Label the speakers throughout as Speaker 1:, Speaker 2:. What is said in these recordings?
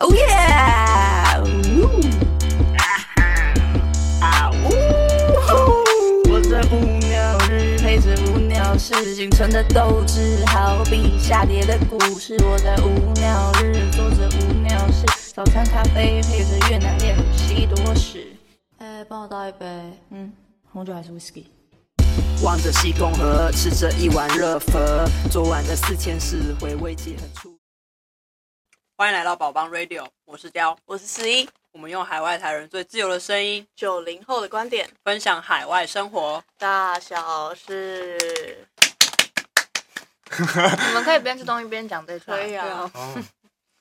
Speaker 1: Oh yeah！呜啊呜！我这无聊日陪着无聊事，仅存的斗志好比下跌的股市。我在无聊日做着无聊事，早餐咖啡配着越南炼乳西多士。哎，帮我倒一杯，嗯，红酒还是 whisky？
Speaker 2: 望着西宫河，吃着一碗热粉。昨晚的四千四回味记很触。欢迎来到宝邦 Radio，我是雕，
Speaker 3: 我是十一，
Speaker 2: 我们用海外台人最自由的声音，
Speaker 3: 九零后的观点，
Speaker 2: 分享海外生活。
Speaker 3: 大小事，
Speaker 4: 你们可以边吃东西边讲这
Speaker 3: 可
Speaker 4: 段。
Speaker 3: 以啊，
Speaker 5: 哦，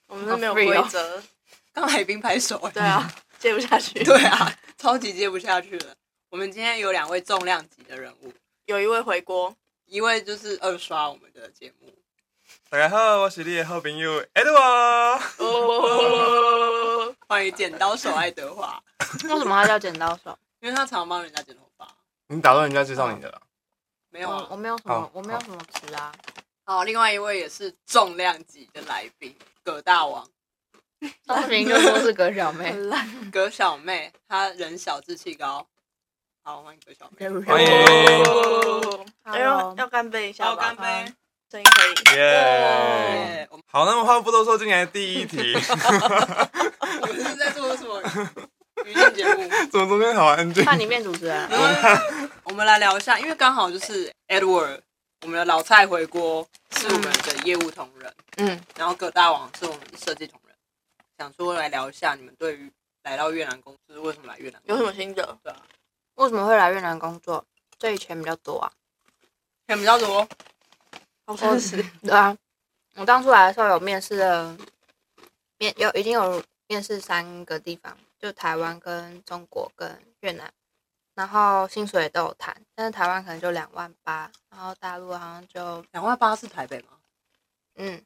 Speaker 3: 我们是没有规则，
Speaker 2: 刚来宾拍手、欸，
Speaker 3: 对啊，接不下去。
Speaker 2: 对啊，超级接不下去了。我们今天有两位重量级的人物，
Speaker 3: 有一位回锅，
Speaker 2: 一位就是二刷我们的节目，
Speaker 5: 大家好，我是你的好朋友 Edward。
Speaker 3: 哦，
Speaker 2: 欢迎剪刀手爱德华，
Speaker 4: 为什么它叫剪刀手？
Speaker 2: 因为他常帮人家剪头发。
Speaker 5: 你打断人家介绍你的了，
Speaker 2: 没有
Speaker 4: 我我
Speaker 2: 啊，
Speaker 4: 没有什么
Speaker 5: 好，
Speaker 4: 我没有什么吃啊。
Speaker 2: 好，另外一位也是重量级的来宾，葛大王。
Speaker 4: 张平就说是葛小妹，
Speaker 3: 很烂，
Speaker 2: 葛小妹，她人小志气高。好，欢迎葛小妹。
Speaker 5: 欢迎
Speaker 3: 哦哎呦
Speaker 4: Hello
Speaker 3: 要干杯一下吧，
Speaker 4: 杯
Speaker 3: 声音可以。
Speaker 5: 耶！
Speaker 2: 哎耶，我们
Speaker 5: 好，那么话不多说，进来第一题，
Speaker 2: 我们是在做什么娱乐节目？
Speaker 5: 怎么中间好安静？
Speaker 4: 看你变主持人，
Speaker 2: 我们来聊一下，因为刚好就是 Edward，我们的老蔡回锅是我们的业务同仁，
Speaker 4: 嗯，
Speaker 2: 然后葛大王是我们的设计同仁。想说来聊一下你们对于来到越南公司为什么来越南
Speaker 3: 有
Speaker 2: 公司
Speaker 3: 什么心得？
Speaker 2: 对啊，
Speaker 4: 为什么会来越南工作？这里钱比较多啊。
Speaker 2: 钱比较多，
Speaker 3: 好像是
Speaker 4: 对啊，我当初来的时候有面试的，面有已经有面试三个地方，就台湾、跟中国、跟越南，然后薪水都有谈，但是台湾可能就两万八，然后大陆好像就
Speaker 2: 两万八是台北吗？
Speaker 4: 嗯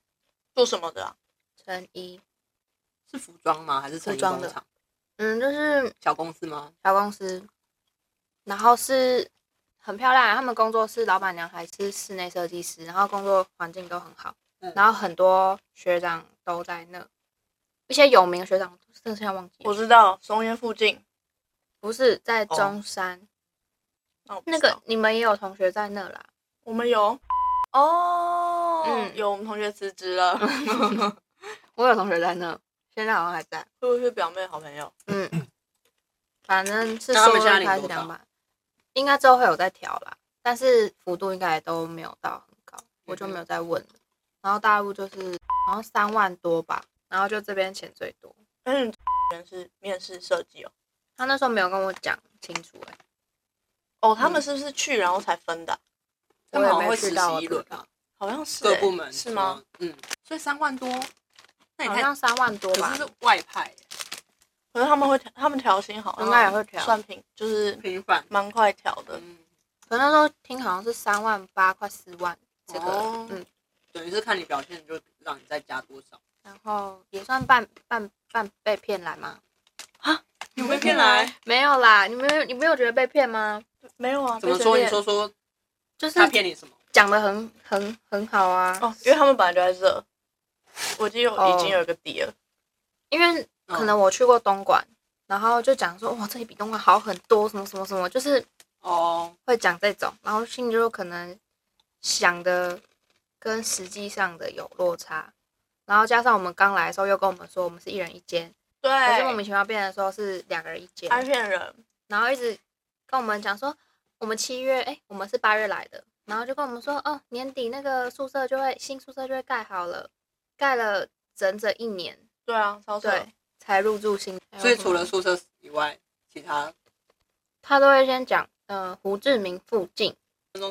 Speaker 3: 做什么的啊？
Speaker 4: 乘一，
Speaker 2: 是服装吗？还是成衣
Speaker 3: 服装
Speaker 2: 工
Speaker 3: 的
Speaker 2: 厂？
Speaker 4: 嗯就是
Speaker 2: 小公司吗？
Speaker 4: 小公司，然后是很漂亮啊，他们工作室老板娘还是室内设计师，然后工作环境都很好，
Speaker 2: 嗯
Speaker 4: 然后很多学长都在那，一些有名的学长，真的是要哦忘记了
Speaker 3: 我知道松烟附近，
Speaker 4: 不是在中山、
Speaker 3: 那哦我不
Speaker 4: 那
Speaker 3: 知道
Speaker 4: 个，你们也有同学在那啦。
Speaker 3: 我们有哦，
Speaker 4: 嗯
Speaker 3: 有我们同学辞职了，
Speaker 4: 我有同学在那，现在好像还在。
Speaker 3: 会不会是表妹的好朋友？
Speaker 4: 嗯， 反正是
Speaker 2: 那他
Speaker 4: 收
Speaker 2: 们
Speaker 4: 入
Speaker 2: 现在
Speaker 4: 开
Speaker 2: 领
Speaker 4: 始
Speaker 2: 多少
Speaker 4: 两百，应该之后会有再调啦，但是幅度应该也都没有到很高，
Speaker 2: 嗯
Speaker 4: 我就没有再问了。然后大陆就是好像三万多吧，然后就这边钱最多。
Speaker 3: 但是你人是面试设计哦。
Speaker 4: 他那时候没有跟我讲清楚、欸，
Speaker 3: 哦，他们是不是去然后才分的啊？
Speaker 2: 他们好像会
Speaker 4: 我也没
Speaker 2: 实
Speaker 4: 去到
Speaker 2: 习一轮啊，
Speaker 3: 好像是
Speaker 2: 各
Speaker 3: 欸
Speaker 2: 部门
Speaker 3: 是吗？？
Speaker 2: 嗯，所以三万多，那你
Speaker 4: 好
Speaker 2: 看，
Speaker 4: 像三万多
Speaker 2: 可
Speaker 4: 吧
Speaker 2: 是，是外派耶
Speaker 3: 可是他们会调，他们调薪好，
Speaker 4: 应该也会调
Speaker 3: 算平就是
Speaker 2: 平凡，
Speaker 3: 蛮快调的。
Speaker 2: 嗯，
Speaker 4: 可那时候听好像是三万八，快四万这个，
Speaker 2: 哦
Speaker 4: 嗯，
Speaker 2: 等于是看你表现，就让你再加多少。
Speaker 4: 然后也算半半半被骗 来吗？
Speaker 2: 你被骗来？
Speaker 4: 没有啦，你没有你没有觉得被骗吗？
Speaker 3: 没有啊，
Speaker 2: 怎么
Speaker 3: 被
Speaker 2: 说？
Speaker 3: 随便
Speaker 2: 你说说
Speaker 4: 就是
Speaker 2: 他骗你什么？
Speaker 4: 讲的很很很好啊，
Speaker 3: 哦，因为他们本来就在这，我就有
Speaker 4: 哦
Speaker 3: 已经有一个底了。
Speaker 4: 因为
Speaker 2: 嗯
Speaker 4: 可能我去过东莞，然后就讲说哇这里比东莞好很多，什么什么什么，就是
Speaker 2: 哦，
Speaker 4: 会讲这种，然后心里就可能想的跟实际上的有落差，然后加上我们刚来的时候又跟我们说我们是一人一间，
Speaker 3: 对，
Speaker 4: 可是莫名其妙变成说是两个人一间，
Speaker 3: 爱骗人，
Speaker 4: 然后一直跟我们讲说，我们七月，哎、我们是八月来的，然后就跟我们说，哦，年底那个宿舍就会新宿舍就会盖好了，盖了整整一年，
Speaker 3: 对啊，超扯。
Speaker 4: 对，才入住新。
Speaker 2: 所以除了
Speaker 4: 还有什
Speaker 2: 宿
Speaker 4: 么
Speaker 2: 舍以外，其他
Speaker 4: 他都会先讲，呃，胡志明附近，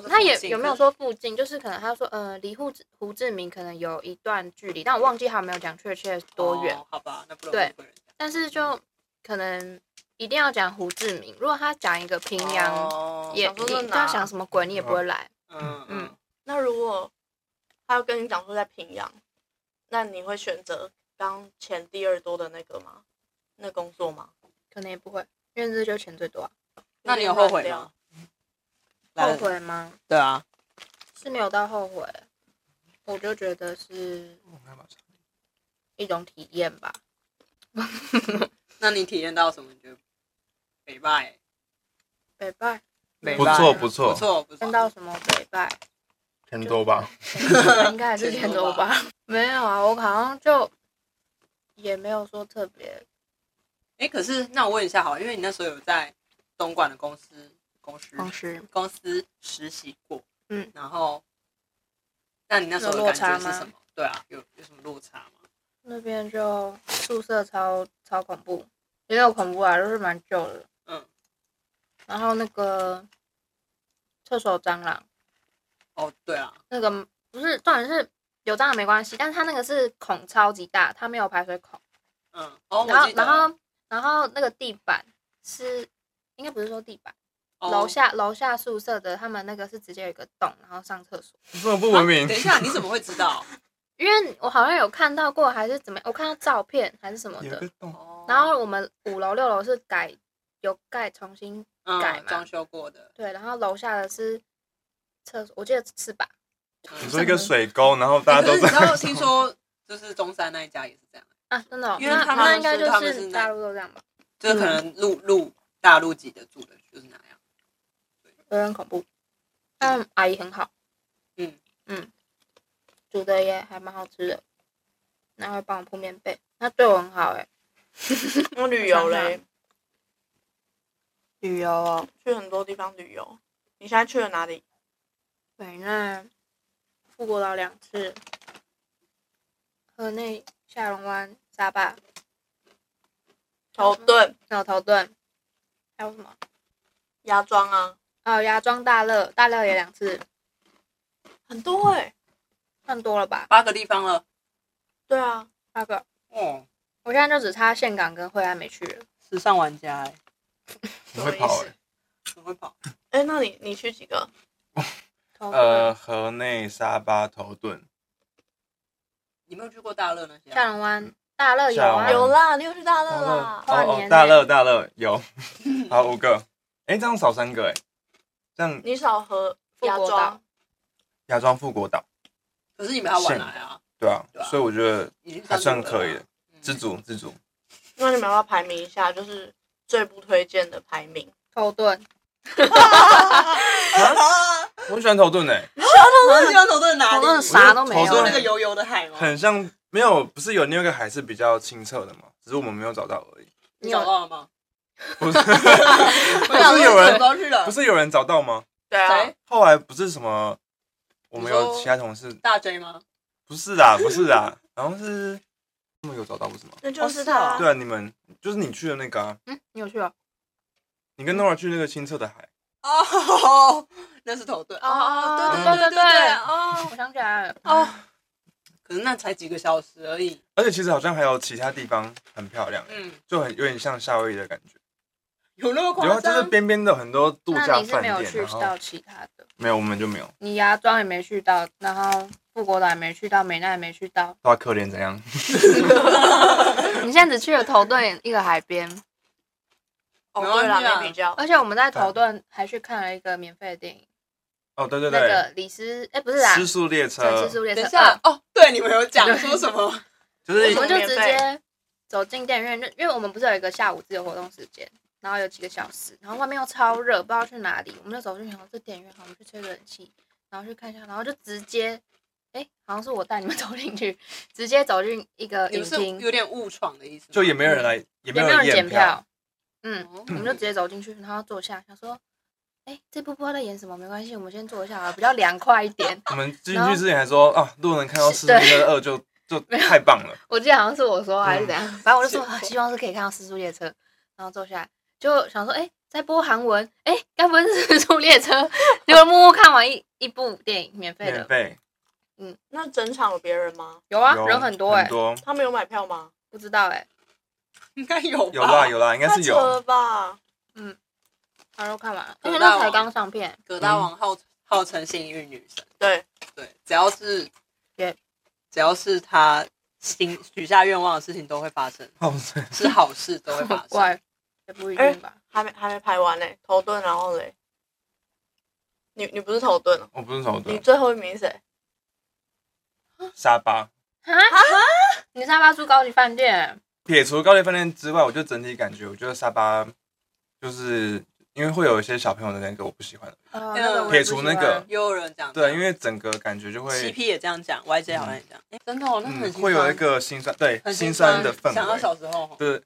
Speaker 4: 他也有
Speaker 2: 嗯
Speaker 4: 没有？说附近，就是可能他说，呃，离胡志胡志明可能有一段距离，但我忘记他有没有讲确切多远，
Speaker 2: 哦好吧，那不能
Speaker 4: 对
Speaker 2: 误会人家
Speaker 4: 但是就可能一定要讲胡志明，如果他讲一个平阳，
Speaker 2: 哦
Speaker 4: 也
Speaker 3: 想说
Speaker 4: 你
Speaker 3: 这
Speaker 4: 你
Speaker 3: 哪
Speaker 4: 要想什么鬼，你也不会来。
Speaker 2: 嗯嗯
Speaker 4: 嗯，
Speaker 3: 那如果他要跟你讲说在平阳，那你会选择当前第二多的那个吗？那工作吗？
Speaker 4: 可能也不会，因为这就是钱最多啊。
Speaker 2: 那你有后悔吗？来
Speaker 4: 后？悔吗？
Speaker 2: 对啊，
Speaker 4: 是没有到后悔，我就觉得是一种体验吧。
Speaker 2: 那你体验到什么？你觉得北拜？
Speaker 4: 北拜
Speaker 2: 北
Speaker 5: 不
Speaker 2: 拜
Speaker 5: 错不错
Speaker 2: 不，错不
Speaker 4: 看
Speaker 2: 错，
Speaker 4: 到什么北拜？
Speaker 5: 钱多吧？
Speaker 4: 应该还是前头吧？没有啊，我好像就也没有说特别
Speaker 2: 哎，可是那我问一下好了，因为你那时候有在东莞的公司公司
Speaker 4: 司
Speaker 2: 公司实习过，
Speaker 4: 嗯，
Speaker 2: 然后，那你那时候的
Speaker 4: 有落
Speaker 2: 感
Speaker 4: 差
Speaker 2: 觉
Speaker 4: 吗
Speaker 2: 是什么？对啊，有有什么落差吗？
Speaker 4: 那边就宿舍超超恐怖，也有恐怖啊，就是蛮旧的。
Speaker 2: 嗯，
Speaker 4: 然后那个厕所蟑螂，
Speaker 2: 哦，对啊，
Speaker 4: 那个不是重点是有蟑螂没关系，但是它那个是孔超级大，它没有排水孔。
Speaker 2: 嗯，哦，
Speaker 4: 然
Speaker 2: 我
Speaker 4: 后
Speaker 2: 记得
Speaker 4: 然后然后那个地板是应该不是说地板，
Speaker 2: 哦
Speaker 4: 楼下楼下宿舍的他们那个是直接有一个洞，然后上厕所。
Speaker 5: 这么不文明
Speaker 2: 啊等一，下，你怎么会知道？
Speaker 4: 因为我好像有看到过还是怎么样，我看到照片还是什么
Speaker 5: 有一
Speaker 4: 的
Speaker 5: 个。洞，
Speaker 2: 哦
Speaker 4: 然后我们五楼六楼是改有盖重新
Speaker 2: 嗯
Speaker 4: 改嘛
Speaker 2: 装修过的，
Speaker 4: 对，然后楼下的是厕所，我记得是吧？
Speaker 5: 你
Speaker 2: 嗯
Speaker 5: 说一个水沟，然后大家
Speaker 2: 可
Speaker 5: 都
Speaker 2: 是你
Speaker 5: 在
Speaker 2: 知。 道，听说就是中山那一家也是这样，
Speaker 4: 啊，真的哦、
Speaker 2: 因为
Speaker 4: 那
Speaker 2: 他
Speaker 4: 那
Speaker 2: 们
Speaker 4: 应该
Speaker 2: 是
Speaker 4: 就
Speaker 2: 他们是那
Speaker 4: 大陆都这样吧，
Speaker 2: 就是
Speaker 4: 嗯
Speaker 2: 可能陆陆大陆籍的住的就是那样。
Speaker 4: 有点恐怖。但阿姨很好，
Speaker 2: 嗯
Speaker 4: 嗯，煮的也还蛮好吃的，那会帮我铺棉被，那对我很好哎、
Speaker 3: 我旅游嘞，
Speaker 4: 旅游哦，
Speaker 3: 去很多地方旅游。你现在去了哪里？
Speaker 4: 美奈富国岛两次，河内、下龙湾、沙坝、
Speaker 3: 头顿、
Speaker 4: 还有头顿，还有什么？
Speaker 3: 芽庄啊，
Speaker 4: 哦，芽庄大乐，大乐也两次，
Speaker 3: 很多哎、
Speaker 4: 算多了吧？
Speaker 2: 八个地方了，
Speaker 3: 对啊，
Speaker 4: 八个。
Speaker 2: 哦，
Speaker 4: 我现在就只差岘港跟惠安没去了。
Speaker 2: 时尚玩家哎，
Speaker 5: 我会跑欸
Speaker 2: 很会跑。
Speaker 3: 哎、那你你去几个？
Speaker 4: 头顿
Speaker 5: 呃，河内沙巴头顿，
Speaker 2: 你没有去过大乐那些啊？
Speaker 4: 下龙湾、大乐有啊，
Speaker 5: 下龙
Speaker 3: 有
Speaker 5: 湾
Speaker 3: 啦，你有去大乐
Speaker 5: 大
Speaker 3: 啦
Speaker 5: 乐，
Speaker 4: 跨
Speaker 5: 哦
Speaker 4: 年
Speaker 5: 哦，大
Speaker 4: 欸
Speaker 5: 乐大乐有，好五个，哎，这样少三个哎，这样
Speaker 3: 你少和
Speaker 4: 富
Speaker 3: 芽
Speaker 4: 国
Speaker 3: 庄
Speaker 4: 岛，
Speaker 5: 芽庄富国岛，
Speaker 2: 可是你们还晚来啊，
Speaker 5: 对啊
Speaker 2: 对啊，
Speaker 5: 所以我觉得
Speaker 2: 已经
Speaker 5: 还算
Speaker 2: 多
Speaker 5: 可以
Speaker 2: 了
Speaker 5: 的
Speaker 2: 啊。，嗯
Speaker 5: 知足知足，
Speaker 3: 那你们要不要排名一下，就是最不推荐的排名？
Speaker 4: 头顿
Speaker 2: 啊
Speaker 5: 我喜欢头欸顿诶，
Speaker 2: 那地方头顿哪
Speaker 4: 头顿
Speaker 2: 里？
Speaker 4: 啥都没
Speaker 5: 头
Speaker 2: 你说那个
Speaker 4: 有
Speaker 5: 顿，
Speaker 2: 油油的海吗？
Speaker 5: 很像没有，不是有那个海是比较清澈的嘛，只是我们没有找到而已。
Speaker 2: 你找到了吗？啊
Speaker 5: 不是
Speaker 2: 不
Speaker 5: 是有人
Speaker 2: 都去了
Speaker 5: 不，是有人找到吗？
Speaker 3: 对啊
Speaker 2: 谁，？
Speaker 5: 后来不是什么，我们
Speaker 2: 你说
Speaker 5: 有其他同事，
Speaker 2: 大 J 吗？
Speaker 5: 不是啦，不是啦，好像是他们有找到不是吗？
Speaker 3: 那就是
Speaker 2: 哦
Speaker 3: 他。
Speaker 2: 是
Speaker 5: 对啊，你们就是你去的那个啊，
Speaker 4: 嗯，你有去哦？
Speaker 5: 你跟 Nora 去那个清澈的海，
Speaker 2: 哦，那是头顿
Speaker 4: 哦哦
Speaker 2: 对
Speaker 5: 对
Speaker 4: 对
Speaker 2: 对
Speaker 4: 对
Speaker 2: 哦
Speaker 4: 我想起来了，
Speaker 2: 哦，可是那才几个小时而已，
Speaker 5: 而且其实好像还有其他地方很漂亮，
Speaker 2: 嗯，
Speaker 5: 就很有点像夏威夷的感觉。
Speaker 2: 有那么
Speaker 5: 然后
Speaker 2: 夸
Speaker 5: 啊就是
Speaker 2: 张？
Speaker 5: 边边的很多度
Speaker 4: 哦那
Speaker 5: 假
Speaker 4: 你是
Speaker 5: 饭
Speaker 4: 没有
Speaker 5: 店，
Speaker 4: 去
Speaker 5: 然后
Speaker 4: 到其他的，
Speaker 5: 没有，我们就没有，
Speaker 4: 你芽庄也没去到，然后富国岛也没去到，美奈也没去到，
Speaker 5: 他可怜怎 样？
Speaker 4: 你现在只去了头顿一个海边，
Speaker 3: 哦，
Speaker 2: 没关
Speaker 3: 对
Speaker 2: 系
Speaker 3: 啦，
Speaker 2: 啊
Speaker 3: 没比较。
Speaker 4: 而且我们在头顿还去看了一个免费的电影，
Speaker 5: 哦，对对
Speaker 4: 那
Speaker 5: 对，
Speaker 4: 个李斯，哎，不是啊，
Speaker 5: 失速列车，
Speaker 4: 对，失速列车
Speaker 2: 等一下
Speaker 4: 二，
Speaker 2: 哦，对，你们有讲说什么？
Speaker 5: 就是
Speaker 4: 我们就
Speaker 3: 免
Speaker 4: 直
Speaker 3: 费
Speaker 4: 接走进电影院，就因为我们不是有一个下午自由活动时间，然后有几个小时，然后外面又超热，不知道去哪里，我们就走进去，然后这电影院，好，我们去吹个冷气，然后去看一下，然后就直接，哎、好像是我带你们 走进去，直接走进一个
Speaker 2: 你
Speaker 4: 影
Speaker 2: 们是
Speaker 4: 厅，
Speaker 2: 有点误闯的意思吗，
Speaker 5: 就也没有人来，也
Speaker 4: 也
Speaker 5: 没
Speaker 4: 没有人
Speaker 5: 验
Speaker 4: 检票，嗯，
Speaker 2: 哦，
Speaker 4: 我们就直接走进去，然后坐下，想说，哎、这部不知道在演什么，没关系，我们先坐一下啊，比较凉快一点。
Speaker 5: 我们进
Speaker 4: 然后
Speaker 5: 去之前还说啊，路人看到
Speaker 4: 是
Speaker 5: 失速列车二就就太棒了，
Speaker 4: 我记得好像是我说还是怎样，反正我就说
Speaker 5: 嗯
Speaker 2: 结果
Speaker 4: 啊希望是可以看到《失速列车》，然后坐下来就想说，哎、在播韩文，哎、该不会是《失速列车》？ 结果默默看完一一部电影，免费
Speaker 5: 免
Speaker 4: 的，
Speaker 5: 费
Speaker 3: 那整场有别人吗？
Speaker 4: 有啊，
Speaker 5: 有
Speaker 4: 人很多哎、
Speaker 5: 很多
Speaker 3: 他们有买票吗？
Speaker 4: 不知道哎、
Speaker 2: 应该有
Speaker 5: 有
Speaker 2: 吧
Speaker 4: 哦
Speaker 5: 啦？有啦，应该
Speaker 3: 太
Speaker 5: 是
Speaker 3: 扯
Speaker 5: 有哦
Speaker 3: 了吧？
Speaker 4: 然后看完了，
Speaker 2: 可
Speaker 4: 而且
Speaker 2: 大
Speaker 4: 那才
Speaker 2: 王
Speaker 4: 刚上片，
Speaker 2: 葛大王号号称幸运女神，
Speaker 3: 对，
Speaker 2: 对，只要是
Speaker 4: 对
Speaker 2: 只要是他心许下愿望的事情都会发生，
Speaker 5: 好吃
Speaker 2: 是好事都会
Speaker 4: 很
Speaker 2: 发生。
Speaker 4: 怪，也不一
Speaker 3: 哎
Speaker 4: 定吧。
Speaker 3: 还没还没排完嘞，头盾，然后嘞，你你不是头盾哦，
Speaker 5: 我不是手
Speaker 3: 你
Speaker 5: 的
Speaker 3: 最后一名是谁？
Speaker 5: 沙巴，
Speaker 4: 啊！你沙发住高级饭店，
Speaker 5: 撇除高级饭店之外，我就整体感觉，我觉得沙巴就是因为会有一些小朋友的那个我不喜欢的，
Speaker 2: 嗯
Speaker 4: 呃那个我也不
Speaker 5: 撇除
Speaker 4: 喜
Speaker 5: 那个
Speaker 4: 欢
Speaker 2: 也有人这样讲，
Speaker 4: 嗯
Speaker 5: 对，因为整个感觉就
Speaker 2: 七
Speaker 5: 会
Speaker 2: P 也这样讲，YJ 好像也这样，哎，真的哦，那很
Speaker 5: 嗯
Speaker 2: 心
Speaker 5: 会有
Speaker 2: 酸
Speaker 5: 一个心酸，对
Speaker 2: 很
Speaker 5: 心
Speaker 2: 酸
Speaker 5: 酸的氛
Speaker 2: 想到
Speaker 5: 围，
Speaker 2: 小时候哦，
Speaker 5: 对，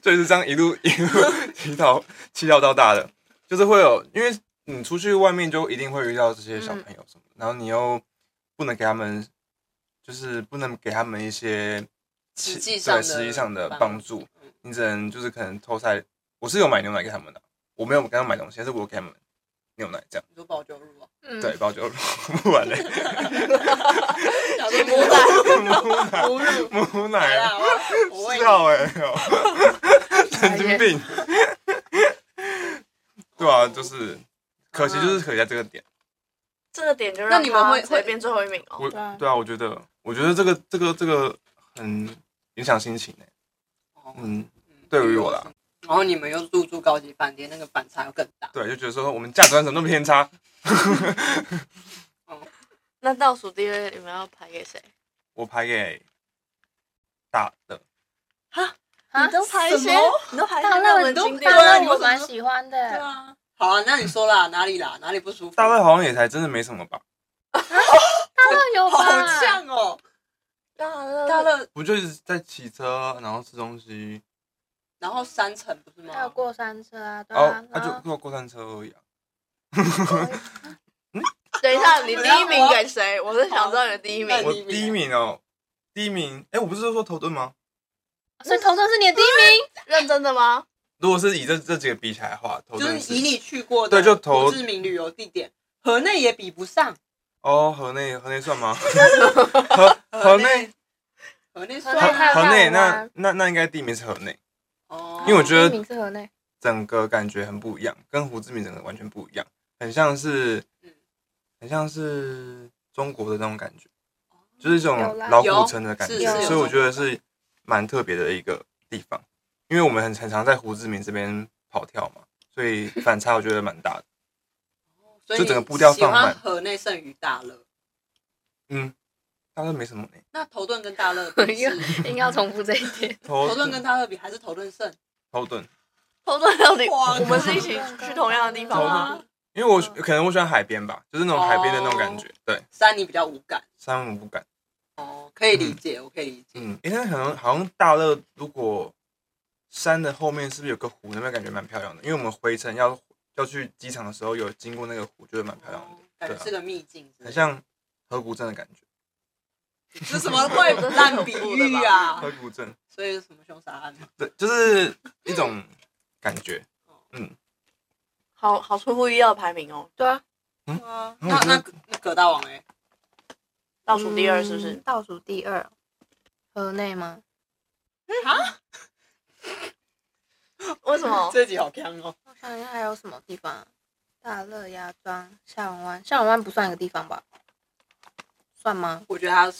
Speaker 5: 就是这样一路一路乞讨乞讨到大的，就是会有，因为你出去外面就一定会遇到这些小朋友什么的，然后你又不能给他们，就是不能给他们一些
Speaker 2: 实
Speaker 5: 其
Speaker 2: 际上的
Speaker 5: 对实际上的
Speaker 2: 帮
Speaker 5: 帮助，你只能就是可能偷塞。我是有买牛奶给他们的，我没有给他们买东西，但是我给他们牛奶这样，
Speaker 2: 你说保酒乳啊，
Speaker 4: 嗯
Speaker 5: 对，，包就 不玩嘞，
Speaker 2: 小时候母 奶
Speaker 5: 母奶母
Speaker 2: 来
Speaker 5: 奶啊
Speaker 2: 啦，我我喂你，
Speaker 5: 笑哎、欸， 神经病。对啊，就是可惜，就是可惜在这个点。
Speaker 3: 这个点就让
Speaker 2: 那你们
Speaker 3: 他
Speaker 2: 会
Speaker 3: 直接变最后一名哦。
Speaker 5: 我
Speaker 4: 对啊
Speaker 5: 对啊，我觉得，我觉得这个这个这个很影响心情哎、
Speaker 2: 哦
Speaker 5: 嗯，对于我啦，
Speaker 2: 然后你们又入住高级饭店，那个反差又更大。
Speaker 5: 对，就觉得说我们价值观怎么那么偏差？
Speaker 3: 那倒数第二你们要排给谁？
Speaker 5: 我排给大的，
Speaker 4: 啊
Speaker 3: 你都排 一些
Speaker 2: 什么，
Speaker 3: 你都排一些
Speaker 4: 大
Speaker 3: 让
Speaker 4: 乐
Speaker 3: 人
Speaker 4: 都
Speaker 3: 经典
Speaker 4: 大
Speaker 3: 的，
Speaker 4: 乐
Speaker 3: 你
Speaker 4: 我
Speaker 3: 为什
Speaker 4: 蛮
Speaker 3: 么
Speaker 4: 喜欢
Speaker 2: 对
Speaker 4: 的，
Speaker 2: 啊，好啊，那你说啦，哪里啦，哪里不舒服？
Speaker 5: 大卫好像也才真的没什么吧？
Speaker 4: 大乐有
Speaker 2: 好
Speaker 4: 吧？
Speaker 2: 呛哦，
Speaker 3: 大乐
Speaker 2: 大乐，
Speaker 5: 不就是在骑车，然后吃东西，
Speaker 2: 然后三层不是
Speaker 4: 还有
Speaker 2: 吗？
Speaker 4: 过山车啊，对
Speaker 5: 然后
Speaker 4: 啊，
Speaker 5: 哦
Speaker 4: 然
Speaker 5: 他
Speaker 4: 哦
Speaker 5: 就
Speaker 4: 后
Speaker 5: 坐过山车而已啊。
Speaker 3: 等一下，你第一名给谁？我是想知道你的第一名
Speaker 2: 那。
Speaker 5: 我
Speaker 2: 第一名
Speaker 5: 第一名哦，第一名，哎，我不是说头盾吗？
Speaker 4: 所以彤彤是你的第一名，
Speaker 3: 认真的吗？
Speaker 5: 如果是以这这几个比起来的话，头
Speaker 2: 就
Speaker 5: 盾
Speaker 2: 是
Speaker 5: 是
Speaker 2: 以你去过的
Speaker 5: 对就投
Speaker 2: 不知名旅游地点，河内也比不上，
Speaker 5: 哦，河内河内算吗？河河内
Speaker 2: 河内
Speaker 4: 河
Speaker 2: 算
Speaker 5: 河
Speaker 4: 内
Speaker 2: 啊
Speaker 4: 太
Speaker 5: 河
Speaker 4: 好玩
Speaker 5: 内那那那应该第一名是河内，
Speaker 2: 哦
Speaker 5: 因为我觉
Speaker 4: 第一
Speaker 5: 得
Speaker 4: 名是河内，
Speaker 5: 整个感觉很不一样，跟胡志明整个完全不一样，很像是
Speaker 2: 嗯，
Speaker 5: 很像是中国的那种感觉，就是这
Speaker 4: 有
Speaker 5: 种
Speaker 4: 啦
Speaker 5: 老虎城的感
Speaker 2: 有
Speaker 5: 觉
Speaker 2: 是
Speaker 4: 是，有
Speaker 5: 所以我觉得是蛮特别的一个地方，因为我们很很常在胡志明这边跑跳嘛，所以反差我觉得蛮大的。
Speaker 2: 所以
Speaker 5: 就整个步调
Speaker 2: 你喜欢
Speaker 5: 放慢
Speaker 2: 河内胜于大乐。
Speaker 5: 嗯，大概没什么呢，
Speaker 2: 那头盾跟 大乐比是
Speaker 4: 硬要重复这一点。
Speaker 5: 头
Speaker 2: 头盾跟大乐比还是头盾胜？
Speaker 5: 头盾，
Speaker 3: 偷渡到底，
Speaker 2: 哇
Speaker 3: 我们是一起去同样的地方吗？
Speaker 5: 因为 我可能我喜欢海边吧，就是那种海边的那种感觉，对，
Speaker 2: 三你比较无感
Speaker 5: 三五不敢。
Speaker 2: 哦，可以理解，我可以理解。
Speaker 5: 嗯，诶，那可能好像大乐如果山的后面是不是有个湖？那边感觉蛮漂亮的，因为我们回程要要去机场的时候有经过那个湖，觉得蛮漂亮
Speaker 2: 哦
Speaker 5: 的，
Speaker 2: 感
Speaker 5: 对
Speaker 2: 觉
Speaker 5: 啊
Speaker 2: 是个秘境，
Speaker 5: 很像河谷镇的感觉。
Speaker 2: 这什么 会烂比喻啊？
Speaker 5: 河谷镇，
Speaker 2: 所以什么凶杀案？
Speaker 5: 对，就是一种感觉。
Speaker 3: 好好出乎意料的排名哦，
Speaker 4: 对啊，
Speaker 2: 啊，
Speaker 5: 嗯
Speaker 2: 那
Speaker 5: 我觉得
Speaker 2: 那那葛大王哎，
Speaker 3: 倒数第二是不
Speaker 4: 嗯
Speaker 3: 是？
Speaker 4: 倒数第二，河内吗？
Speaker 3: 为什么？
Speaker 2: 这集好香哦。
Speaker 4: 我想一下还有什么地方啊、大乐芽庄、下龙湾，下龙湾不算一个地方吧？算吗？
Speaker 2: 我觉得他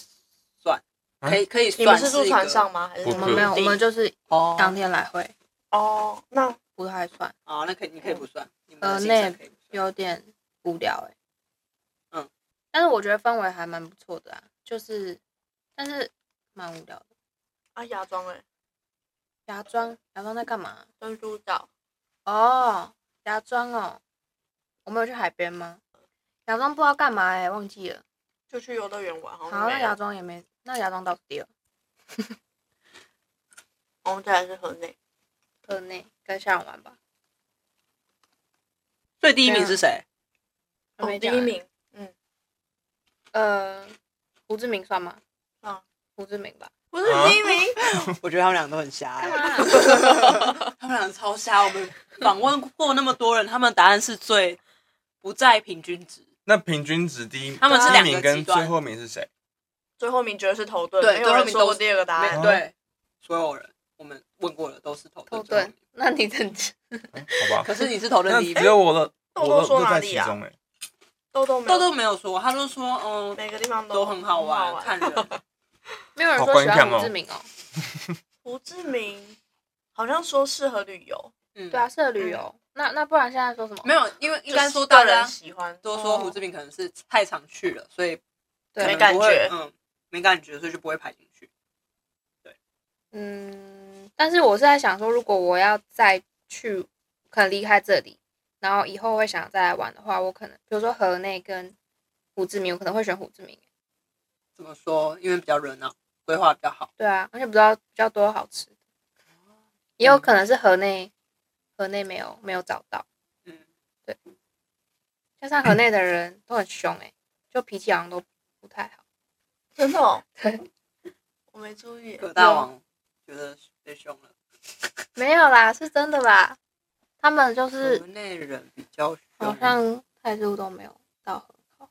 Speaker 2: 算，
Speaker 5: 啊
Speaker 2: 可以可以
Speaker 3: 你们
Speaker 2: 算
Speaker 3: 是
Speaker 2: 一
Speaker 3: 住
Speaker 2: 个
Speaker 3: 船上吗？还是
Speaker 5: 不
Speaker 4: 我
Speaker 3: 什么
Speaker 4: 们没有，我
Speaker 3: 地
Speaker 4: 们就是
Speaker 2: 哦
Speaker 4: 当天来回，
Speaker 3: 哦，那
Speaker 4: 不太算，
Speaker 2: 啊，那可以你可以不算，你们
Speaker 4: 呃
Speaker 2: 的行程
Speaker 4: 那
Speaker 2: 可以不算
Speaker 4: 有点无聊哎、
Speaker 2: 嗯，
Speaker 4: 但是我觉得氛围还蛮不错的啊，就是，但是蛮无聊的。
Speaker 3: 啊，芽庄哎，
Speaker 4: 芽庄，芽庄在干嘛？
Speaker 3: 珍珠岛，
Speaker 4: 哦，芽庄哦，我们有去海边吗？芽庄不知道干嘛哎、忘记了。
Speaker 3: 就去游乐园玩，好像
Speaker 4: 好，那
Speaker 3: 没
Speaker 4: 芽
Speaker 3: 有。
Speaker 4: 庄也没，那芽庄倒数第二，
Speaker 3: 我们哦再来是河内，
Speaker 4: 河内跟下龙湾吧。
Speaker 2: 所以第一
Speaker 1: 啊
Speaker 2: 名是谁？
Speaker 4: 还没
Speaker 3: 哦第
Speaker 4: 讲
Speaker 3: 一
Speaker 4: 欸
Speaker 3: 名，
Speaker 4: 呃，胡志明算吗？
Speaker 3: 啊，
Speaker 4: 胡志明吧。
Speaker 3: 不是
Speaker 5: 啊
Speaker 3: 第一名，
Speaker 2: 我觉得他们两个都很瞎
Speaker 4: 干
Speaker 2: 哎，
Speaker 4: 嘛？
Speaker 2: 他们两个超瞎。我们访问过那么多人，他们答案是最不在平均值。
Speaker 5: 那平均值第一，
Speaker 2: 他们是
Speaker 5: 第一
Speaker 2: 两个
Speaker 5: 名跟
Speaker 2: 极端
Speaker 5: 最后名是谁？
Speaker 3: 最后名觉得是头盾，
Speaker 2: 对
Speaker 3: 没
Speaker 2: 最
Speaker 3: 有
Speaker 2: 后
Speaker 3: 人
Speaker 2: 名
Speaker 3: 说
Speaker 2: 都
Speaker 3: 过
Speaker 2: 是
Speaker 3: 第二个答
Speaker 2: 没
Speaker 3: 案。
Speaker 2: 对，所有人我们问过了都是头
Speaker 4: 头
Speaker 2: 盾。
Speaker 4: 盾。 那你真的
Speaker 5: 嗯好吧
Speaker 2: 可，是你是头盾
Speaker 5: 那
Speaker 2: 第一
Speaker 5: 只
Speaker 2: 名，
Speaker 5: 有我的，
Speaker 3: 豆豆
Speaker 5: 我的
Speaker 3: 说
Speaker 5: 乐
Speaker 3: 哪
Speaker 5: 在
Speaker 3: 里
Speaker 5: 其
Speaker 3: 啊
Speaker 5: 中哎。
Speaker 3: 豆豆没有
Speaker 2: 豆豆没有说，他就说嗯
Speaker 3: 每个地方
Speaker 2: 都
Speaker 3: 都
Speaker 2: 很好
Speaker 3: 很
Speaker 2: 玩，看人。
Speaker 4: 没有人
Speaker 5: 好
Speaker 4: 说
Speaker 5: 观
Speaker 4: 喜欢
Speaker 5: 看
Speaker 4: 胡
Speaker 5: 哦
Speaker 4: 志明哦。
Speaker 3: 胡志明好像说适合旅游，
Speaker 2: 嗯，
Speaker 4: 对啊，，适合旅游。那那不然现在说什么？
Speaker 2: 没有，因为应该
Speaker 3: 就是
Speaker 2: 说
Speaker 3: 个
Speaker 2: 大
Speaker 3: 人
Speaker 2: 家
Speaker 3: 喜欢。
Speaker 2: 都说
Speaker 4: 哦
Speaker 2: 胡志明可能是太常去了，所以
Speaker 4: 对
Speaker 2: 可
Speaker 4: 啊
Speaker 2: 能
Speaker 3: 没感
Speaker 2: 不会
Speaker 3: 觉
Speaker 2: 嗯，没感觉，所以就不会排进去。
Speaker 4: 嗯，但是我是在想说，如果我要再去，可能离开这里，然后以后会想再来玩的话，我可能比如说河内跟胡志明，我可能会选胡志明。欸
Speaker 2: 怎么说？因为比较热闹，规划比较好。
Speaker 4: 对啊，而且不知道比较多好吃的，也有可能是河内，河内没有没有找到，
Speaker 2: 嗯，
Speaker 4: 加上河内的人都很凶哎、就脾气好像都不太好。
Speaker 3: 真的、 哦
Speaker 4: 对，
Speaker 3: 我没注意。
Speaker 2: 葛大王觉得被凶了，
Speaker 4: 没有啦，是真的啦，他们就
Speaker 2: 河
Speaker 4: 是
Speaker 2: 内人比较凶。
Speaker 4: 好像态度都没有到很好，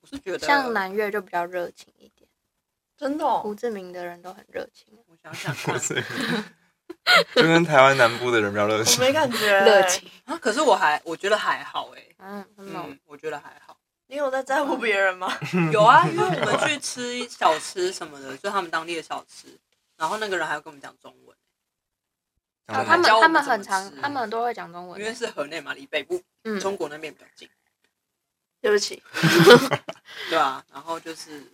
Speaker 2: 我是觉得，
Speaker 4: 像南越就比较热情一点，
Speaker 3: 真的、哦，
Speaker 4: 胡志明的人都很热情，啊
Speaker 2: 我想想看
Speaker 5: 不是，就跟台湾南部的人比较热
Speaker 3: 我
Speaker 5: 情
Speaker 3: 没。 感觉、欸
Speaker 4: 热情，
Speaker 2: 啊，可是我还我觉得还好哎、
Speaker 4: 嗯，很猛，
Speaker 2: 嗯，我觉得还好。
Speaker 3: 你有在在乎
Speaker 2: 嗯
Speaker 3: 别人吗？
Speaker 2: 有啊，因为我们去吃小吃什么的，就他们当地的小吃，然后那个人还要跟我们讲中文，
Speaker 5: 讲得
Speaker 4: 啊
Speaker 5: 很
Speaker 4: 他们
Speaker 2: 教我
Speaker 4: 他
Speaker 2: 们
Speaker 4: 们
Speaker 2: 怎么
Speaker 4: 很常，
Speaker 2: 吃
Speaker 4: 他们都会讲中文
Speaker 2: 因为
Speaker 4: 欸，
Speaker 2: 是河内嘛，离北部
Speaker 4: 嗯，
Speaker 2: 中国那边比较近，
Speaker 3: 对不起，
Speaker 2: 对啊，然后就是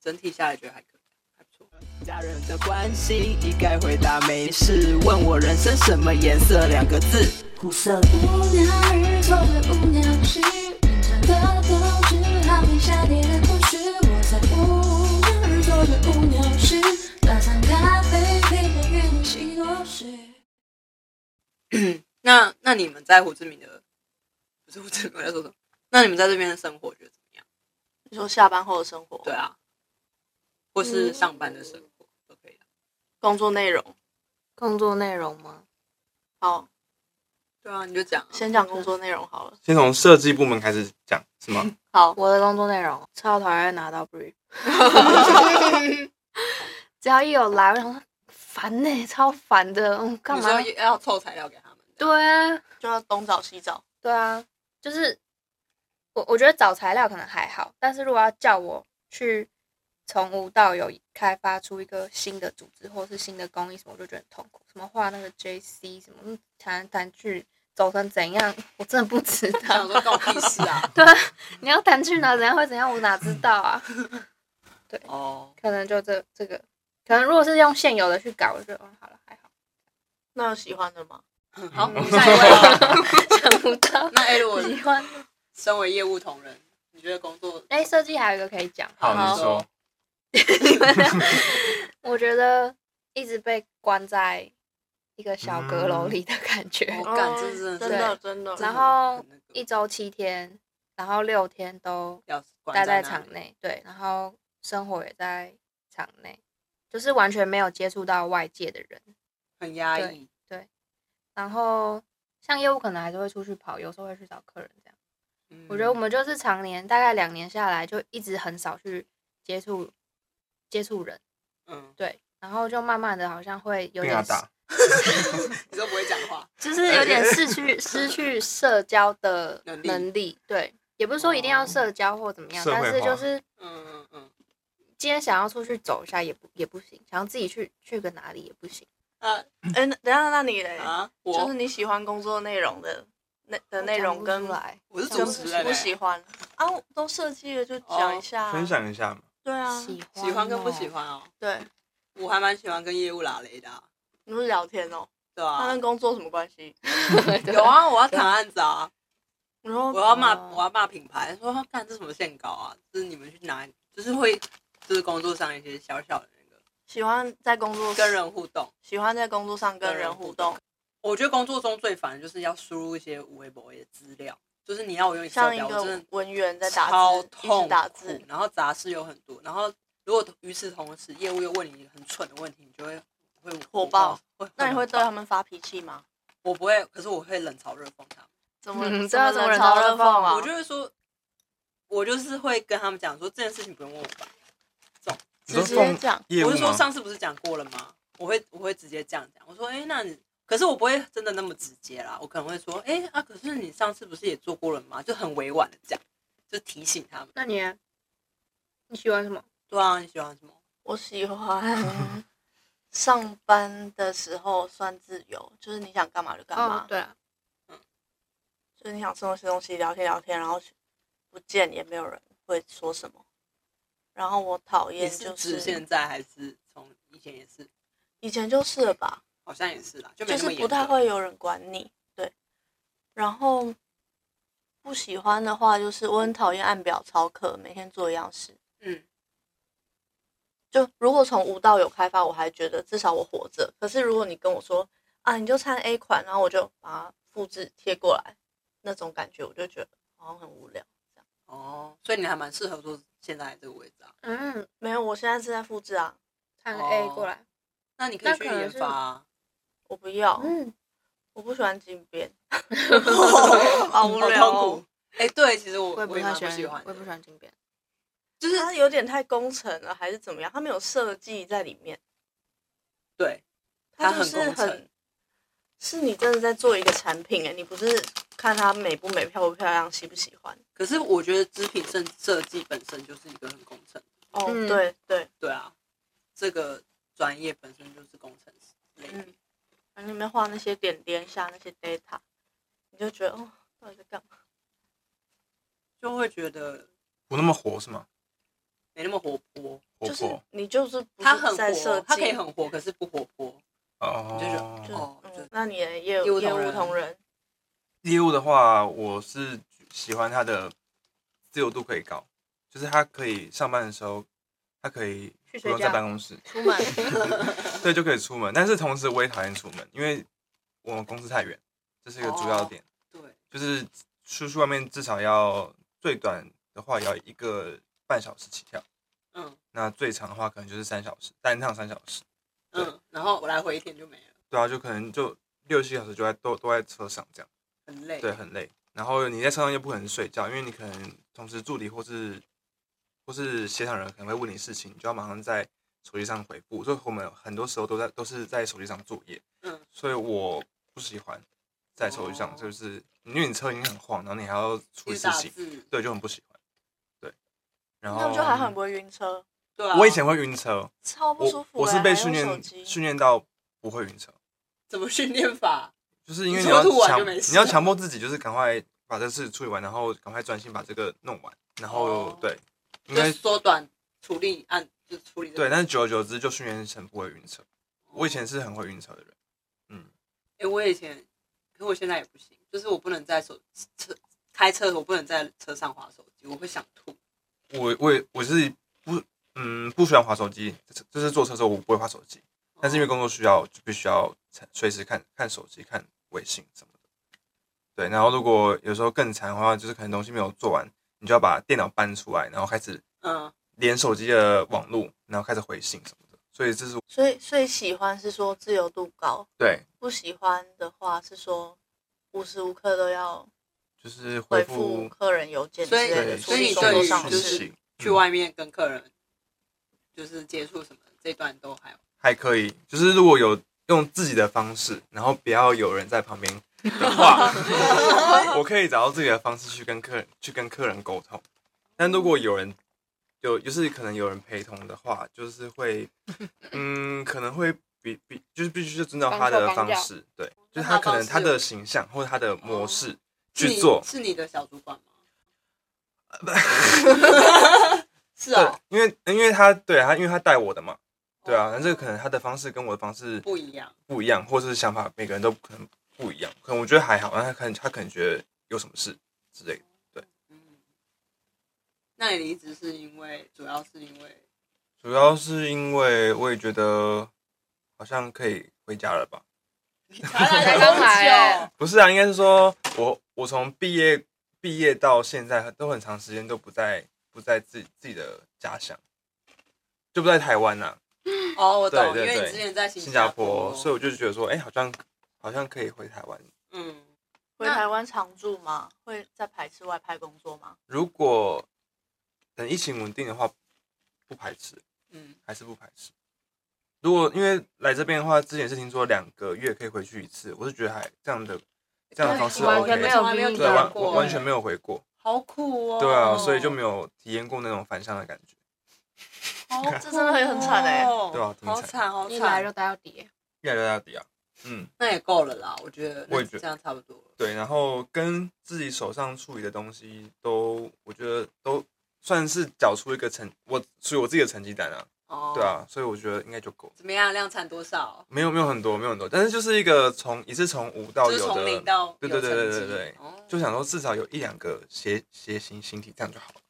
Speaker 2: 整体下来觉得还可以，还不错。
Speaker 1: 家人的关心一概回答没事，问我人生什么颜色两个字，苦涩。
Speaker 6: 无聊日做的无聊事，平常的都是好比夏天的故事。我在无聊日做着无聊事，打上咖啡陪着月亮西落时。
Speaker 2: 那那你们在胡志明的，不是胡志明我在说什么？那你们在这边的生活觉得怎么样？
Speaker 3: 你说下班后的生活，
Speaker 2: 对，啊，或是上班的生活都可以啊。
Speaker 3: 工作内容，
Speaker 4: 工作内容吗？
Speaker 3: 好，
Speaker 2: 对啊，你就讲、啊，
Speaker 3: 先讲工作内容好了。
Speaker 5: 先从设计部门开始讲，是吗？
Speaker 3: 好，
Speaker 4: 我的工作内容超讨厌拿 到 brief，只要一有来，我想说烦呢、超烦的，嗯，干
Speaker 2: 你
Speaker 4: 嘛？
Speaker 2: 说要凑材料给他们。
Speaker 4: 对啊，
Speaker 3: 就要东找西找，
Speaker 4: 对啊，就是我我觉得找材料可能还好，但是如果要叫我去从无到有开发出一个新的组织或是新的工艺什么，我就觉得很痛苦。什么画那个 JC 什么，嗯弹来弹去走成怎样，我真的不知道。
Speaker 2: 想说告屁事啊！
Speaker 4: 对啊，你要弹去哪怎样会怎样，我哪知道啊？
Speaker 2: 哦，
Speaker 4: 可能就这这个，可能如果是用现有的去搞，我就嗯好了还好，
Speaker 3: 那有喜欢的吗？
Speaker 2: 好，下一位啊。
Speaker 4: 想不到
Speaker 2: 那 A 我
Speaker 4: 喜欢。
Speaker 2: 身为业务同仁，你觉得工 作
Speaker 4: 哎，设计还有一个可以讲，
Speaker 5: 好，
Speaker 2: 好
Speaker 5: 你说。
Speaker 4: 我觉得一直被关在一个小阁楼里的感觉，
Speaker 2: 嗯我感这真的是
Speaker 3: 真的真的，
Speaker 4: 然后
Speaker 2: 很那个
Speaker 4: 一周七天，然后六天都
Speaker 2: 要关
Speaker 4: 待在
Speaker 2: 那
Speaker 4: 场
Speaker 2: 里
Speaker 4: 内，对，然后生活也在场内，就是完全没有接触到外界的人。
Speaker 2: 很压抑，
Speaker 4: 然后像业务可能还是会出去跑，有时候会去找客人这样。
Speaker 2: 嗯
Speaker 4: 我觉得我们就是常年大概两年下来，就一直很少去接触接触人，
Speaker 2: 嗯，
Speaker 4: 对，然后就慢慢的好像会有
Speaker 5: 被他
Speaker 4: 点
Speaker 5: 打，
Speaker 2: 你都不会讲话，
Speaker 4: 就是有点失去 失去社交的
Speaker 2: 能力哦
Speaker 4: 能力，对，也不是说一定要社交或怎么样，
Speaker 5: 社会
Speaker 4: 但是
Speaker 5: 化
Speaker 4: 就是
Speaker 2: 嗯嗯嗯，
Speaker 4: 今天想要出去走一下也不也不行，想要自己去去个哪里也不行。
Speaker 3: 哎，那等一下，那你嘞？
Speaker 2: 啊，
Speaker 3: 就
Speaker 2: 我
Speaker 3: 是你喜欢工作内容的内的内容跟
Speaker 4: 我讲不出来，
Speaker 2: 我是
Speaker 3: 就
Speaker 2: 主持
Speaker 3: 是
Speaker 2: 人
Speaker 3: 不
Speaker 2: 欸，
Speaker 3: 喜欢啊，都设计了就
Speaker 2: 哦
Speaker 3: 讲一下啊，
Speaker 5: 分享一下嘛。
Speaker 3: 对啊，
Speaker 4: 喜欢
Speaker 2: 喜欢跟不喜
Speaker 4: 哦，
Speaker 2: 欢哦，
Speaker 3: 对，
Speaker 2: 我还蛮喜欢跟业务拉雷的啊，
Speaker 3: 你们聊天哦，
Speaker 2: 对
Speaker 3: 他
Speaker 2: 啊
Speaker 3: 跟，工作什么关系？
Speaker 2: 有 啊，我要谈案子啊，
Speaker 3: 然后
Speaker 2: 我要骂
Speaker 4: 哦
Speaker 2: 我要骂品牌，说干这什么线稿啊，就是你们去拿，就是会就是工作上一些小小的那个
Speaker 3: 喜欢在工作
Speaker 2: 跟人互动，
Speaker 3: 喜欢在工作上跟人互动，
Speaker 2: 我觉得工作中最烦的就是要输入一些无微博的资料，就是你要我用你手
Speaker 3: 像一
Speaker 2: 表，我真
Speaker 3: 个
Speaker 2: 的
Speaker 3: 文员在打
Speaker 2: 超
Speaker 3: 字，一
Speaker 2: 痛
Speaker 3: 直打
Speaker 2: 苦
Speaker 3: 字，
Speaker 2: 然后杂事有很多，然后如果与此同时业务又问你很蠢的问题，你就会会
Speaker 3: 火爆，
Speaker 2: 会
Speaker 3: 那你会对他
Speaker 2: 们？
Speaker 3: 们发脾气吗？
Speaker 2: 我不会，可是我会冷嘲热讽他们，
Speaker 3: 怎么
Speaker 4: 嗯
Speaker 3: 怎
Speaker 4: 这
Speaker 3: 么
Speaker 4: 要怎么
Speaker 3: 冷
Speaker 4: 人
Speaker 3: 嘲
Speaker 4: 嘲
Speaker 3: 热
Speaker 4: 热
Speaker 3: 讽
Speaker 4: 讽
Speaker 3: 啊？
Speaker 2: 我就会说，我就是会跟他们讲说这件事情不用问我吧，
Speaker 5: 你说
Speaker 3: 直接
Speaker 5: 放
Speaker 3: 讲
Speaker 5: 业务
Speaker 2: 我是说
Speaker 5: 吗？
Speaker 2: 上次不是讲过了吗？我会我会直接这样讲，我说哎、诶那你可是我不会真的那么直接啦，我可能会说哎、诶啊，可是你上次不是也做过了吗？就很委婉的讲，就提醒他们。
Speaker 4: 那你呢你喜欢什么？
Speaker 2: 对啊，你喜欢什么？
Speaker 3: 我喜欢 上班的时候算自由，就是你想干嘛就干嘛，
Speaker 4: 哦，对啊，
Speaker 3: 就是你想吃东西吃东西，聊天聊天，然后不见也没有人会说什么。然后我讨
Speaker 2: 也
Speaker 3: 厌
Speaker 2: 是
Speaker 3: 就
Speaker 2: 指现在还是从以前也是，
Speaker 3: 以前就是了吧，
Speaker 2: 好像也是啦，就没
Speaker 3: 就
Speaker 2: 那么
Speaker 3: 是不
Speaker 2: 严格
Speaker 3: 太会有人管你，对。然后不喜欢的话，就是我很讨厌按表操课，每天做一样事。
Speaker 2: 嗯，
Speaker 3: 就如果从无到有开发，我还觉得至少我活着。可是如果你跟我说啊，你就参 A 款，然后我就把它复制贴过来，那种感觉我就觉得好像很无聊。
Speaker 2: 哦，所以你还蛮适合做现在这个位置啊。
Speaker 4: 嗯，
Speaker 3: 没有，我现在是在复制啊，
Speaker 4: 看
Speaker 2: 哦
Speaker 4: A 过来，
Speaker 2: 那你可以
Speaker 4: 那
Speaker 2: 去
Speaker 4: 可能
Speaker 2: 研
Speaker 4: 是
Speaker 2: 发、啊，
Speaker 3: 我不要，
Speaker 4: 嗯，
Speaker 3: 我不喜欢金 边，好无聊、
Speaker 2: 好痛
Speaker 3: 哦
Speaker 2: 苦。。哎、对，其实我
Speaker 4: 我也不
Speaker 2: 也
Speaker 4: 太
Speaker 2: 蛮
Speaker 4: 喜
Speaker 2: 不喜
Speaker 4: 欢
Speaker 2: 欢，，
Speaker 4: 我也不喜。欢金边。
Speaker 3: 就是它有点太工程了，还是怎么样？它没有设计在里面，
Speaker 2: 对，
Speaker 3: 它
Speaker 2: 它
Speaker 3: 就
Speaker 2: 很
Speaker 3: 是
Speaker 2: 工程
Speaker 3: 很，是你真的在做一个产品哎、你不是看它美不美、漂不漂亮、喜不喜欢。
Speaker 2: 可是我觉得织品设设计本身就是一个很工程，
Speaker 3: 哦，
Speaker 4: 嗯
Speaker 3: 对对，
Speaker 2: 对啊，这个专业本身就是工程师类的。
Speaker 3: 嗯然后里面画那些点点下那些 data，你就觉得哦，到底在干嘛？
Speaker 2: 就会觉得
Speaker 5: 不那么活是吗？
Speaker 2: 没那么活泼。
Speaker 5: 活
Speaker 3: 就是
Speaker 5: 泼
Speaker 3: 你就是不
Speaker 2: 它
Speaker 3: 是
Speaker 2: 很
Speaker 3: 在设
Speaker 2: 活，
Speaker 3: 计，
Speaker 2: 它可以很活，可是不活泼。你就觉
Speaker 5: 哦。
Speaker 3: 就是、
Speaker 2: 哦就
Speaker 3: 嗯，那你的业
Speaker 2: 业务
Speaker 3: 务业
Speaker 2: 同
Speaker 3: 务
Speaker 2: 仁
Speaker 3: 同仁，
Speaker 5: 业务的话，我是喜欢它的自由度可以高，就是它可以上班的时候，它可以
Speaker 4: 去
Speaker 5: 不
Speaker 4: 睡
Speaker 5: 用在
Speaker 4: 觉
Speaker 5: 办公室，
Speaker 4: 出 门
Speaker 5: 对，就可以出门。但是同时我也讨厌出门，因为我们公司太远，这是一个主
Speaker 3: 哦
Speaker 5: 要点。
Speaker 2: 对，
Speaker 5: 就是出去外面至少要最短的话也要一个半小时起跳，
Speaker 2: 嗯
Speaker 5: 那最长的话可能就是三小时，单趟三小时。
Speaker 2: 嗯，然后我来回一天就没了，
Speaker 5: 对啊，就可能就六七小时就在都都在车上这样。
Speaker 2: 很累。
Speaker 5: 对，，很累。然后你在车上又不可能睡觉，因为你可能同时助理或是或是协调人可能会问你事情，你就要马上在手机上回复。所以我们很多时候都在都是在手机上作业。
Speaker 2: 嗯，
Speaker 5: 所以我不喜欢在手机上，
Speaker 2: 哦
Speaker 5: 就是因为你车已经很晃，然后你还要
Speaker 2: 一
Speaker 5: 处
Speaker 2: 直
Speaker 5: 理事
Speaker 2: 打
Speaker 5: 情，
Speaker 2: 字。
Speaker 5: 对，就很不喜欢。对，然后
Speaker 3: 那我就还好，你不会晕车，
Speaker 2: 对啊，
Speaker 5: 我以前会晕车，
Speaker 3: 超不舒
Speaker 5: 我
Speaker 3: 服、欸。
Speaker 5: 我是被训
Speaker 3: 还用
Speaker 5: 练
Speaker 3: 手机
Speaker 5: 训练到不会晕车。
Speaker 2: 怎么训练法？
Speaker 5: 就是因为
Speaker 2: 你
Speaker 5: 你
Speaker 2: 说
Speaker 5: 要
Speaker 2: 吐完就
Speaker 5: 强，
Speaker 2: 没事
Speaker 5: 你要强迫自己，就是赶快把这事处理完，然后赶快专心把这个弄完，然后、
Speaker 2: 哦
Speaker 5: 对，应
Speaker 2: 就
Speaker 5: 该
Speaker 2: 是缩短处理按就处理这个。哦
Speaker 5: 对，但是久而久之就训练成不会晕车。我以前是很会晕车的人，
Speaker 2: 哎、我以前，可我现在也不行，就是我不能在手车开车，我不能在车上划手机，我会想吐。
Speaker 5: 我我也我是不嗯不喜欢滑手机，就是就是坐车的时候我不会滑手机，但是因为工作需要就必须要随时看看手机、看微信什么的。对，然后如果有时候更惨的话，就是可能东西没有做完，你就要把电脑搬出来，然后开始
Speaker 2: 嗯，
Speaker 5: 连手机的网路，然后开始回信什么的。所以这是
Speaker 3: 所以所以喜欢是说自由度高，
Speaker 5: 对，
Speaker 3: 不喜欢的话是说无时无刻都要
Speaker 5: 就是
Speaker 3: 回
Speaker 5: 回
Speaker 3: 复
Speaker 5: 复
Speaker 3: 客人邮件之
Speaker 2: 所
Speaker 3: 类
Speaker 2: 以
Speaker 3: 的，
Speaker 5: 对
Speaker 3: 处
Speaker 2: 所以
Speaker 3: 理
Speaker 2: 你
Speaker 3: 工作
Speaker 2: 对于
Speaker 3: 上的
Speaker 2: 就
Speaker 5: 讯
Speaker 2: 是
Speaker 3: 事。
Speaker 5: 息，
Speaker 2: 去外面跟客人就是接触什么，这段都还有。
Speaker 5: 还可以。就是如果有用自己的方式，然后不要有人在旁边的 话，我可以找到自己的方式去跟客人去跟客人沟通。但如果有人有就是可能有人陪同的话，就是 会嗯可能会比比就是必须就遵照他的
Speaker 4: 帮手帮
Speaker 5: 方
Speaker 4: 脚
Speaker 5: 式，对，就是
Speaker 2: 他
Speaker 5: 他
Speaker 2: 的
Speaker 5: 可
Speaker 2: 方
Speaker 5: 能他
Speaker 2: 式
Speaker 5: 的形象或者他的模式
Speaker 2: 是
Speaker 5: 去
Speaker 2: 你
Speaker 5: 做。
Speaker 2: 是你的小主管 吗？是
Speaker 5: 对
Speaker 2: 哦，，
Speaker 5: 因为因为他对他因为他带我的嘛，对啊，那这个可能他的方式跟我的方式
Speaker 2: 不一样。
Speaker 5: 不一样，或是想法每个人都可能不一样。可能我觉得还好，但他可能他可能觉得有什么事之类的。
Speaker 2: 嗯，那你离职是因为主要是因 为
Speaker 5: 主要是因为我也觉得好像可以回家了吧？
Speaker 4: 才刚来
Speaker 5: 不是啊，应该是说我我从毕业毕业到现在都很长时间都不在不在自己自己的家乡，就不在台湾呐、
Speaker 2: 哦，我懂，
Speaker 5: 对对
Speaker 2: 因为你
Speaker 5: 对
Speaker 2: 之前在新
Speaker 5: 新加
Speaker 2: 坡，
Speaker 5: 坡，所以我就觉得说，哎、好像好像可以回台湾。
Speaker 2: 嗯，
Speaker 3: 回台湾常住吗？会在排斥外派工作吗？
Speaker 5: 如果等疫情稳定的话，不排斥。
Speaker 2: 嗯，
Speaker 5: 还是不排斥。如果因为来这边的话，之前是听说两个月可以回去一次，我是觉得还这样的这样的方式
Speaker 2: 对我
Speaker 5: OK，
Speaker 4: 完全没有
Speaker 2: 从来没有
Speaker 4: 遇
Speaker 5: 对
Speaker 4: 到
Speaker 5: 完
Speaker 2: 过哎
Speaker 5: 完全没有回过，
Speaker 2: 好苦哦。
Speaker 5: 对啊，所以就没有体验过那种返乡的感觉。
Speaker 2: 好苦哦，
Speaker 3: 这真的很惨 欸
Speaker 5: 对啊挺惨
Speaker 2: 好惨，好
Speaker 4: 一来就
Speaker 2: 惨，
Speaker 4: 待到底，
Speaker 5: 越来越大底啊，嗯，
Speaker 2: 那也够了啦，我觉得，
Speaker 5: 我也觉得
Speaker 2: 这样差不多了。
Speaker 5: 对，然后跟自己手上处理的东西都，我觉得都算是缴出一个成我属于我自己的成绩单啊，
Speaker 2: 哦，
Speaker 5: 对，啊，所以我觉得应该就够，
Speaker 2: 怎么样？量产多少？
Speaker 5: 没有没有很多，没有很多，但是就是一个从一次从无到
Speaker 2: 就是
Speaker 5: 有
Speaker 2: 从零
Speaker 5: 的，
Speaker 2: 到
Speaker 5: 对
Speaker 2: 有
Speaker 5: 对对对
Speaker 2: 成
Speaker 5: 对
Speaker 2: 绩
Speaker 5: 对，
Speaker 2: 哦
Speaker 5: 就想说至少有一两个斜斜形形体这样就好了，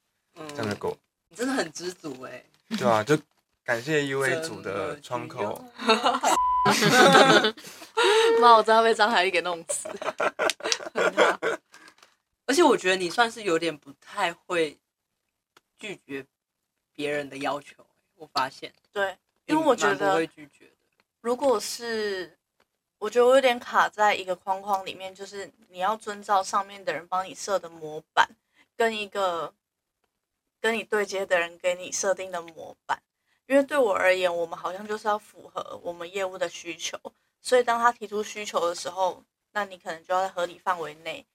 Speaker 5: 这样就
Speaker 2: 嗯，
Speaker 5: 够，
Speaker 2: 你真的很知足哎，
Speaker 5: 对啊，就感谢 U A
Speaker 2: 真
Speaker 5: 组的窗口，
Speaker 2: 有
Speaker 3: 妈，我真的被张海丽给弄死。
Speaker 2: 而且我觉得你算是有点不太会拒绝别人的要求，欸我发现，
Speaker 3: 对，因为我觉
Speaker 2: 你蛮不会
Speaker 3: 得
Speaker 2: 拒绝的，
Speaker 3: 如果是，我觉得我有点卡在一个框框里面，就是你要遵照上面的人帮你设的模板，跟一个跟你对接的人给你设定的模板。因为对我而言，我们好像就是要符合我们业务的需求，所以当他提出需求的时候，那你可能就要在合理范围内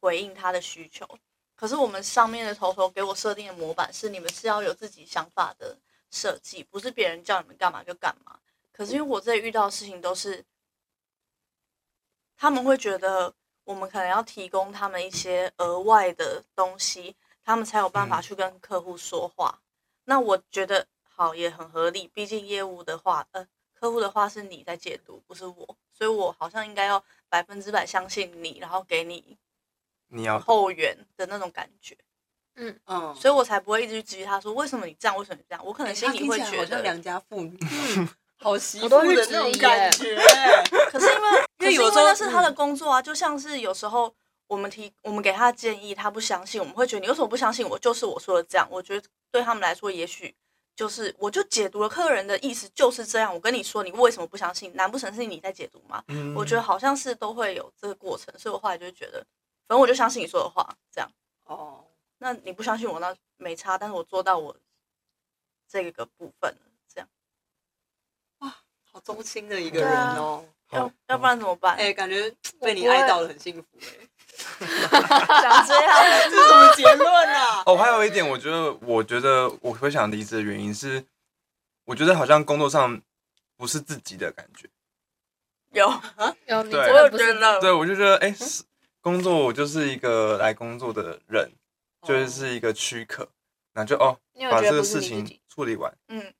Speaker 3: 回应他的需求。可是我们上面的头头给我设定的模板是，你们是要有自己想法的设计，不是别人叫你们干嘛就干嘛。可是因为我这里遇到的事情都是，他们会觉得我们可能要提供他们一些额外的东西，他们才有办法
Speaker 5: 嗯
Speaker 3: 去跟客户说话。那我觉得好也很合理，毕竟业务的话，呃，客户的话是你在解读，不是我，所以我好像应该要百分之百相信你，然后给你
Speaker 5: 你要
Speaker 3: 后援的那种感觉，
Speaker 2: 嗯，
Speaker 3: 所以我才不会一直去质疑他说为什么你这样，为什么你这样，我可
Speaker 2: 哎
Speaker 3: 能心里会
Speaker 2: 她听起来
Speaker 3: 觉
Speaker 2: 好像
Speaker 3: 得，嗯
Speaker 2: 良家妇女， 好媳妇
Speaker 4: 我都会
Speaker 2: 的
Speaker 4: 质
Speaker 2: 那种
Speaker 4: 疑
Speaker 2: 感
Speaker 4: 耶
Speaker 2: 觉，
Speaker 3: 可是因为
Speaker 2: 因
Speaker 3: 因
Speaker 2: 为
Speaker 3: 为
Speaker 2: 有
Speaker 3: 有
Speaker 2: 时
Speaker 3: 时
Speaker 2: 候
Speaker 3: 候那是他的工作啊，就像是有时候我们提我们给他的建议，他不相信，我们会觉得你为什么不相信我？就是我说的这样，我觉得对他们来说，也许就是我就解读了客人的意思就是这样。我跟你说，你为什么不相信？难不成是你在解读吗？
Speaker 5: 嗯
Speaker 3: 我觉得好像是都会有这个过程，所以我后来就会觉得，反正我就相信你说的话，这样。
Speaker 2: 哦，
Speaker 3: 那你不相信我，那没差，但是我做到我这个部分了，这样，
Speaker 2: 好忠心的一个人
Speaker 3: 啊
Speaker 2: 哦，
Speaker 3: 要要不然怎么办？
Speaker 2: 哎，感觉被你
Speaker 4: 我不会
Speaker 2: 爱到了很幸福哎，
Speaker 3: 想这样，
Speaker 2: 这 是什么结论 啊？
Speaker 5: 哦，还有一点，我觉得，我觉得我会想离职的原因是，我觉得好像工作上不是自己的感觉。
Speaker 3: 有，
Speaker 4: 有你
Speaker 5: 对
Speaker 4: 真
Speaker 3: 我有
Speaker 4: 的不
Speaker 3: 觉
Speaker 4: 是
Speaker 3: 得，
Speaker 5: 对，我就觉得，哎、是工作我就是一个来工作的人，就是一个躯壳，然后就哦
Speaker 4: 你有，觉
Speaker 5: 把
Speaker 4: 得
Speaker 5: 这个
Speaker 4: 不是
Speaker 5: 事
Speaker 4: 你自
Speaker 5: 情
Speaker 4: 己
Speaker 5: 处理完，
Speaker 3: 嗯，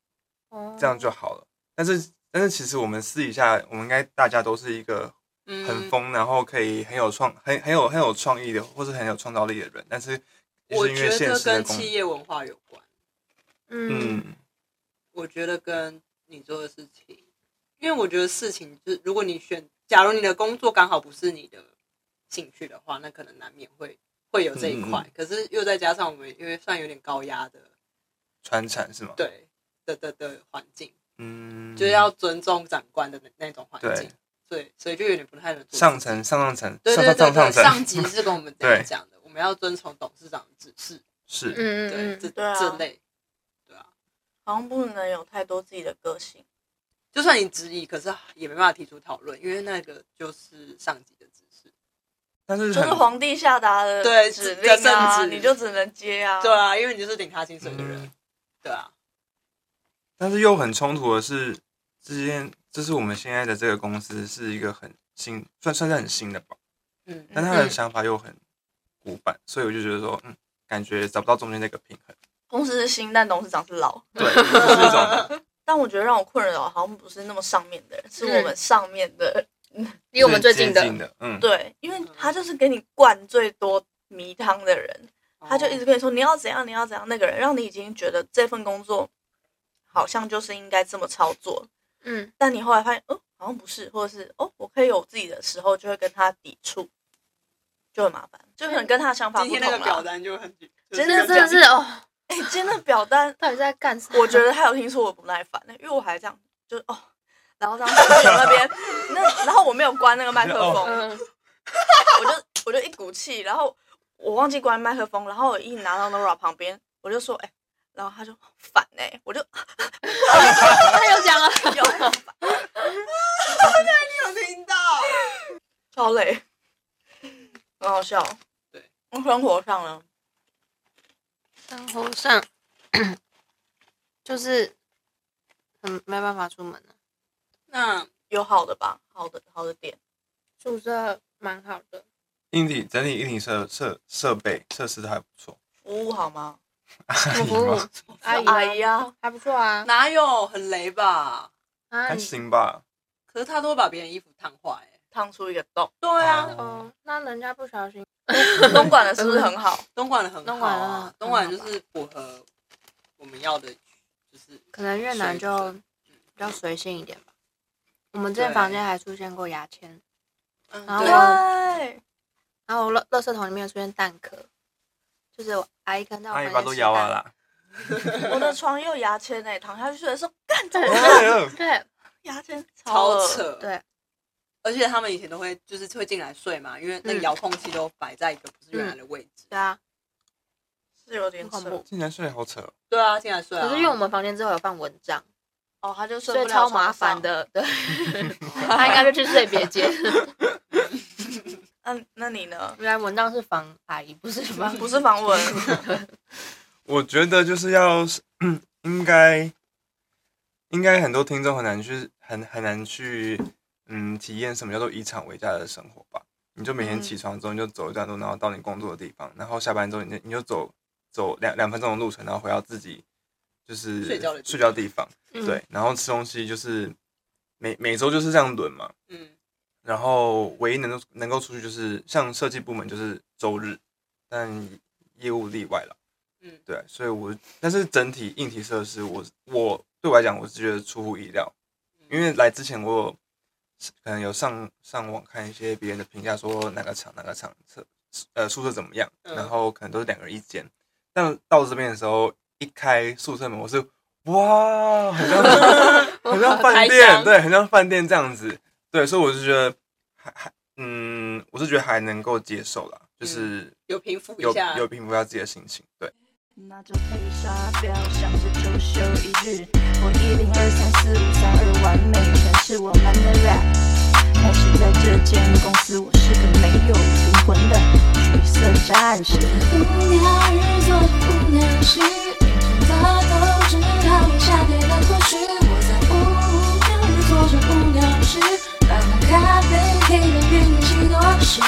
Speaker 4: 哦
Speaker 5: 这样就好了。但是，但是其实我们私底下，我们应该大家都是一个很
Speaker 2: 嗯，
Speaker 5: 疯，然后可以很有创、很很有很有创意的，或是很有创造力的人。但是，就
Speaker 2: 我
Speaker 5: 是因
Speaker 2: 觉
Speaker 5: 为现
Speaker 2: 得
Speaker 5: 实的
Speaker 2: 跟
Speaker 5: 工，
Speaker 2: 企业文化有关。
Speaker 4: 嗯
Speaker 5: 嗯，
Speaker 2: 我觉得跟你做的事情，因为我觉得事情就是，如果你选，假如你的工作刚好不是你的兴趣的话，那可能难免会会有这一块。
Speaker 5: 嗯
Speaker 2: 可是又再加上我们因为算有点高压的，
Speaker 5: 传产是吗？，
Speaker 2: 对的的的环境，
Speaker 5: 嗯，
Speaker 2: 就是要尊重长官的那那种环境
Speaker 5: 对，
Speaker 2: 所以所以就有点不太能做自己
Speaker 5: 上层、上上层、
Speaker 2: 对
Speaker 5: 上
Speaker 2: 对
Speaker 5: 上
Speaker 2: 对对，
Speaker 5: 上上
Speaker 2: 上
Speaker 5: 层
Speaker 2: 级是跟我 们这
Speaker 5: 对
Speaker 2: 样讲的，我们要遵从董事长的指示，
Speaker 5: 是
Speaker 4: 嗯嗯
Speaker 2: 对
Speaker 4: 嗯
Speaker 2: 这
Speaker 4: 嗯，
Speaker 3: 对啊
Speaker 2: 这类，
Speaker 3: 好像不能有太多自己的个性。
Speaker 2: 就算你质疑，可是也没办法提出讨论，因为那个就是上级的指示。
Speaker 5: 但是
Speaker 3: 就是
Speaker 5: 很
Speaker 3: 皇帝下达的
Speaker 2: 对
Speaker 3: 指
Speaker 2: 的
Speaker 3: 令啊，
Speaker 2: 圣旨
Speaker 3: 你就只能接啊。
Speaker 2: 对，啊，因为你就是领他薪水的人，
Speaker 5: 嗯
Speaker 2: 对啊，
Speaker 5: 但是又很冲突的是，之间这是我们现在的这个公司是一个很新，算算是很新的吧，
Speaker 2: 嗯，
Speaker 5: 但他的
Speaker 4: 嗯
Speaker 5: 想法又很古板，所以我就觉得说，嗯，感觉找不到中间那个平衡。
Speaker 3: 公司是新，但董事长是老。
Speaker 5: 对，就是一种
Speaker 3: 但我觉得让我困扰的好像不是那么上面的人，是
Speaker 5: 嗯
Speaker 3: 我们上面的人。
Speaker 4: 离我们最近的，
Speaker 5: 接的，嗯，
Speaker 3: 对，因为他就是给你灌最多迷汤的人，他就一直跟你
Speaker 2: 哦
Speaker 3: 说你要怎样，你要怎样，那个人让你已经觉得这份工作好像就是应该这么操作，
Speaker 4: 嗯，
Speaker 3: 但你后来发现，哦，好像不是，或者是哦，我可以有自己的时候，就会跟他抵触，就很麻烦，就可能跟他的想法
Speaker 2: 哦
Speaker 3: 不啊
Speaker 2: 今天
Speaker 3: 同
Speaker 2: 那个表
Speaker 3: 啦。
Speaker 2: 单就很，就
Speaker 3: 真
Speaker 4: 这
Speaker 3: 的
Speaker 4: 真的是哦，
Speaker 3: 哎、今天的表单
Speaker 4: 到底在干啥？
Speaker 3: 我觉得他有听说我不耐烦的，因为我还这样，就是哦，然后这样手指那边，那然后我没有关那个麦克风，
Speaker 2: 哦
Speaker 4: 嗯，
Speaker 3: 我就我就一股气，然后我忘记关麦克风，然后我一拿到 Nora 旁边，我就说哎、然后他就烦哎、我就
Speaker 4: 他有讲了，啊
Speaker 3: 有
Speaker 2: 有听到，
Speaker 3: 超累，很好笑，
Speaker 2: 对，
Speaker 3: 生活上呢，
Speaker 4: 生活上 就是嗯没办法出门了，
Speaker 2: 那
Speaker 3: 有好的吧，好的好的点，
Speaker 4: 宿舍蛮好的，
Speaker 5: 硬体整体硬体设设设备设施都还不错，
Speaker 3: 服务好吗？
Speaker 4: 什么服
Speaker 5: 你
Speaker 4: 务
Speaker 5: 吗？
Speaker 4: 阿姨啊
Speaker 3: 阿姨啊，
Speaker 4: 还不错啊。
Speaker 2: 哪有很雷吧？
Speaker 4: 啊，
Speaker 5: 还
Speaker 4: 你
Speaker 5: 行吧。
Speaker 2: 可是他都会把别人衣服烫坏、欸。
Speaker 3: 烫出一个 洞，
Speaker 2: 对啊，
Speaker 5: 哦，
Speaker 4: 哦，那人家不小心，
Speaker 3: 东莞的是不是很好？
Speaker 2: 东莞的很
Speaker 4: 东
Speaker 2: 好
Speaker 4: 莞的
Speaker 2: 啊，
Speaker 4: 很
Speaker 2: 东莞就
Speaker 4: 好吧
Speaker 2: 是符合我们要的，就是
Speaker 4: 可能越南就比较随性一点吧。我们之前
Speaker 2: 对
Speaker 4: 房间还出现过牙签，
Speaker 2: 嗯，
Speaker 4: 然后
Speaker 2: 对，
Speaker 3: 对，
Speaker 4: 然后垃垃圾桶里面有出现蛋壳，就是我阿姨看到我
Speaker 5: 阿姨
Speaker 4: 房
Speaker 5: 把
Speaker 4: 间
Speaker 5: 都
Speaker 4: 吃
Speaker 5: 摇啊
Speaker 4: 蛋
Speaker 5: 啦。
Speaker 3: 我的床也有牙签诶，躺下去睡的时候，干怎么
Speaker 5: 哎
Speaker 3: 了？
Speaker 5: 呦
Speaker 4: 对
Speaker 3: 牙签超
Speaker 2: 超
Speaker 3: 恶
Speaker 2: 扯，
Speaker 4: 对，
Speaker 2: 而且他们以前都会就是会进来睡嘛，因为那个
Speaker 4: 嗯
Speaker 2: 遥控器都摆在一个不是原来的位置。
Speaker 4: 对啊，
Speaker 3: 是有点
Speaker 4: 很恐
Speaker 3: 扯
Speaker 4: 怖。
Speaker 5: 竟然睡得好扯哦，
Speaker 2: 对啊，进来睡啊。
Speaker 4: 可是因为我们房间之后有放蚊帐，
Speaker 3: 哦，他就睡
Speaker 4: 所以
Speaker 3: 不了
Speaker 4: 超
Speaker 3: 床
Speaker 4: 麻烦
Speaker 3: 上。
Speaker 4: 的。对， 他应该就去睡别间。
Speaker 3: 嗯，那你呢？
Speaker 4: 原来蚊帐是防阿姨，不是防
Speaker 3: 不是防蚊，
Speaker 5: 我觉得就是要 应该应该很多听众很难去很很难去嗯体验什么叫做以厂为家的生活吧。你就每天
Speaker 3: 嗯
Speaker 5: 起床之后你就走一段路，然后到你工作的地方，然后下班之后你就你就走走两两分钟的路程，然后回到自己就是
Speaker 2: 睡觉的地方
Speaker 5: 睡觉地方，
Speaker 4: 嗯
Speaker 5: 对，然后吃东西就是每每周就是这样轮嘛。
Speaker 2: 嗯，
Speaker 5: 然后唯一能够能够出去就是像设计部门就是周日，但业务例外了。
Speaker 2: 嗯
Speaker 5: 对，所以我但是整体硬体设施我，我对我来讲，我是觉得出乎意料，
Speaker 2: 嗯
Speaker 5: 因为来之前我有可能有上上网看一些别人的评价，说哪个厂哪个厂厕呃宿舍怎么样，
Speaker 2: 嗯
Speaker 5: 然后可能都是两个人一间，但到这边的时候一开宿舍门，我是哇，很像很像饭
Speaker 2: 开箱
Speaker 5: 店，对，很像饭店这样子，对，所以我就觉得还还嗯，我是觉得还能够接受啦，就是
Speaker 2: 有平复嗯一
Speaker 5: 有
Speaker 2: 下，
Speaker 5: 有平复一下自己的心情，对。
Speaker 1: 那就配沙表，想着周休一日。我一零二三四五三二完美诠释我们的 rap。但是在这间公司，我是个没有灵魂的橘色战士。
Speaker 6: 无聊日做的无聊事，眼前的都只好比下跌的过去。我在无聊日做着无聊事，打上咖啡，黑的运气多事。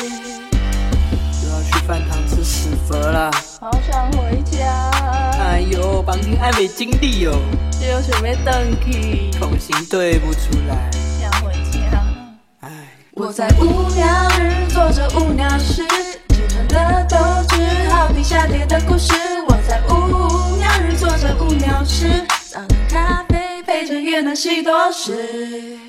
Speaker 2: 又要去饭堂吃屎佛啦！
Speaker 1: 好想回家，
Speaker 2: 哎呦，绑定爱美经历哦，
Speaker 1: 只有学妹邓 K，
Speaker 2: 口型对不出来，
Speaker 1: 想回家。
Speaker 2: 哎，
Speaker 6: 我在无聊日做着无聊事，青春的都只好比下跌的故事。我在无聊日做着无聊事，打上咖啡，配着越南西多士。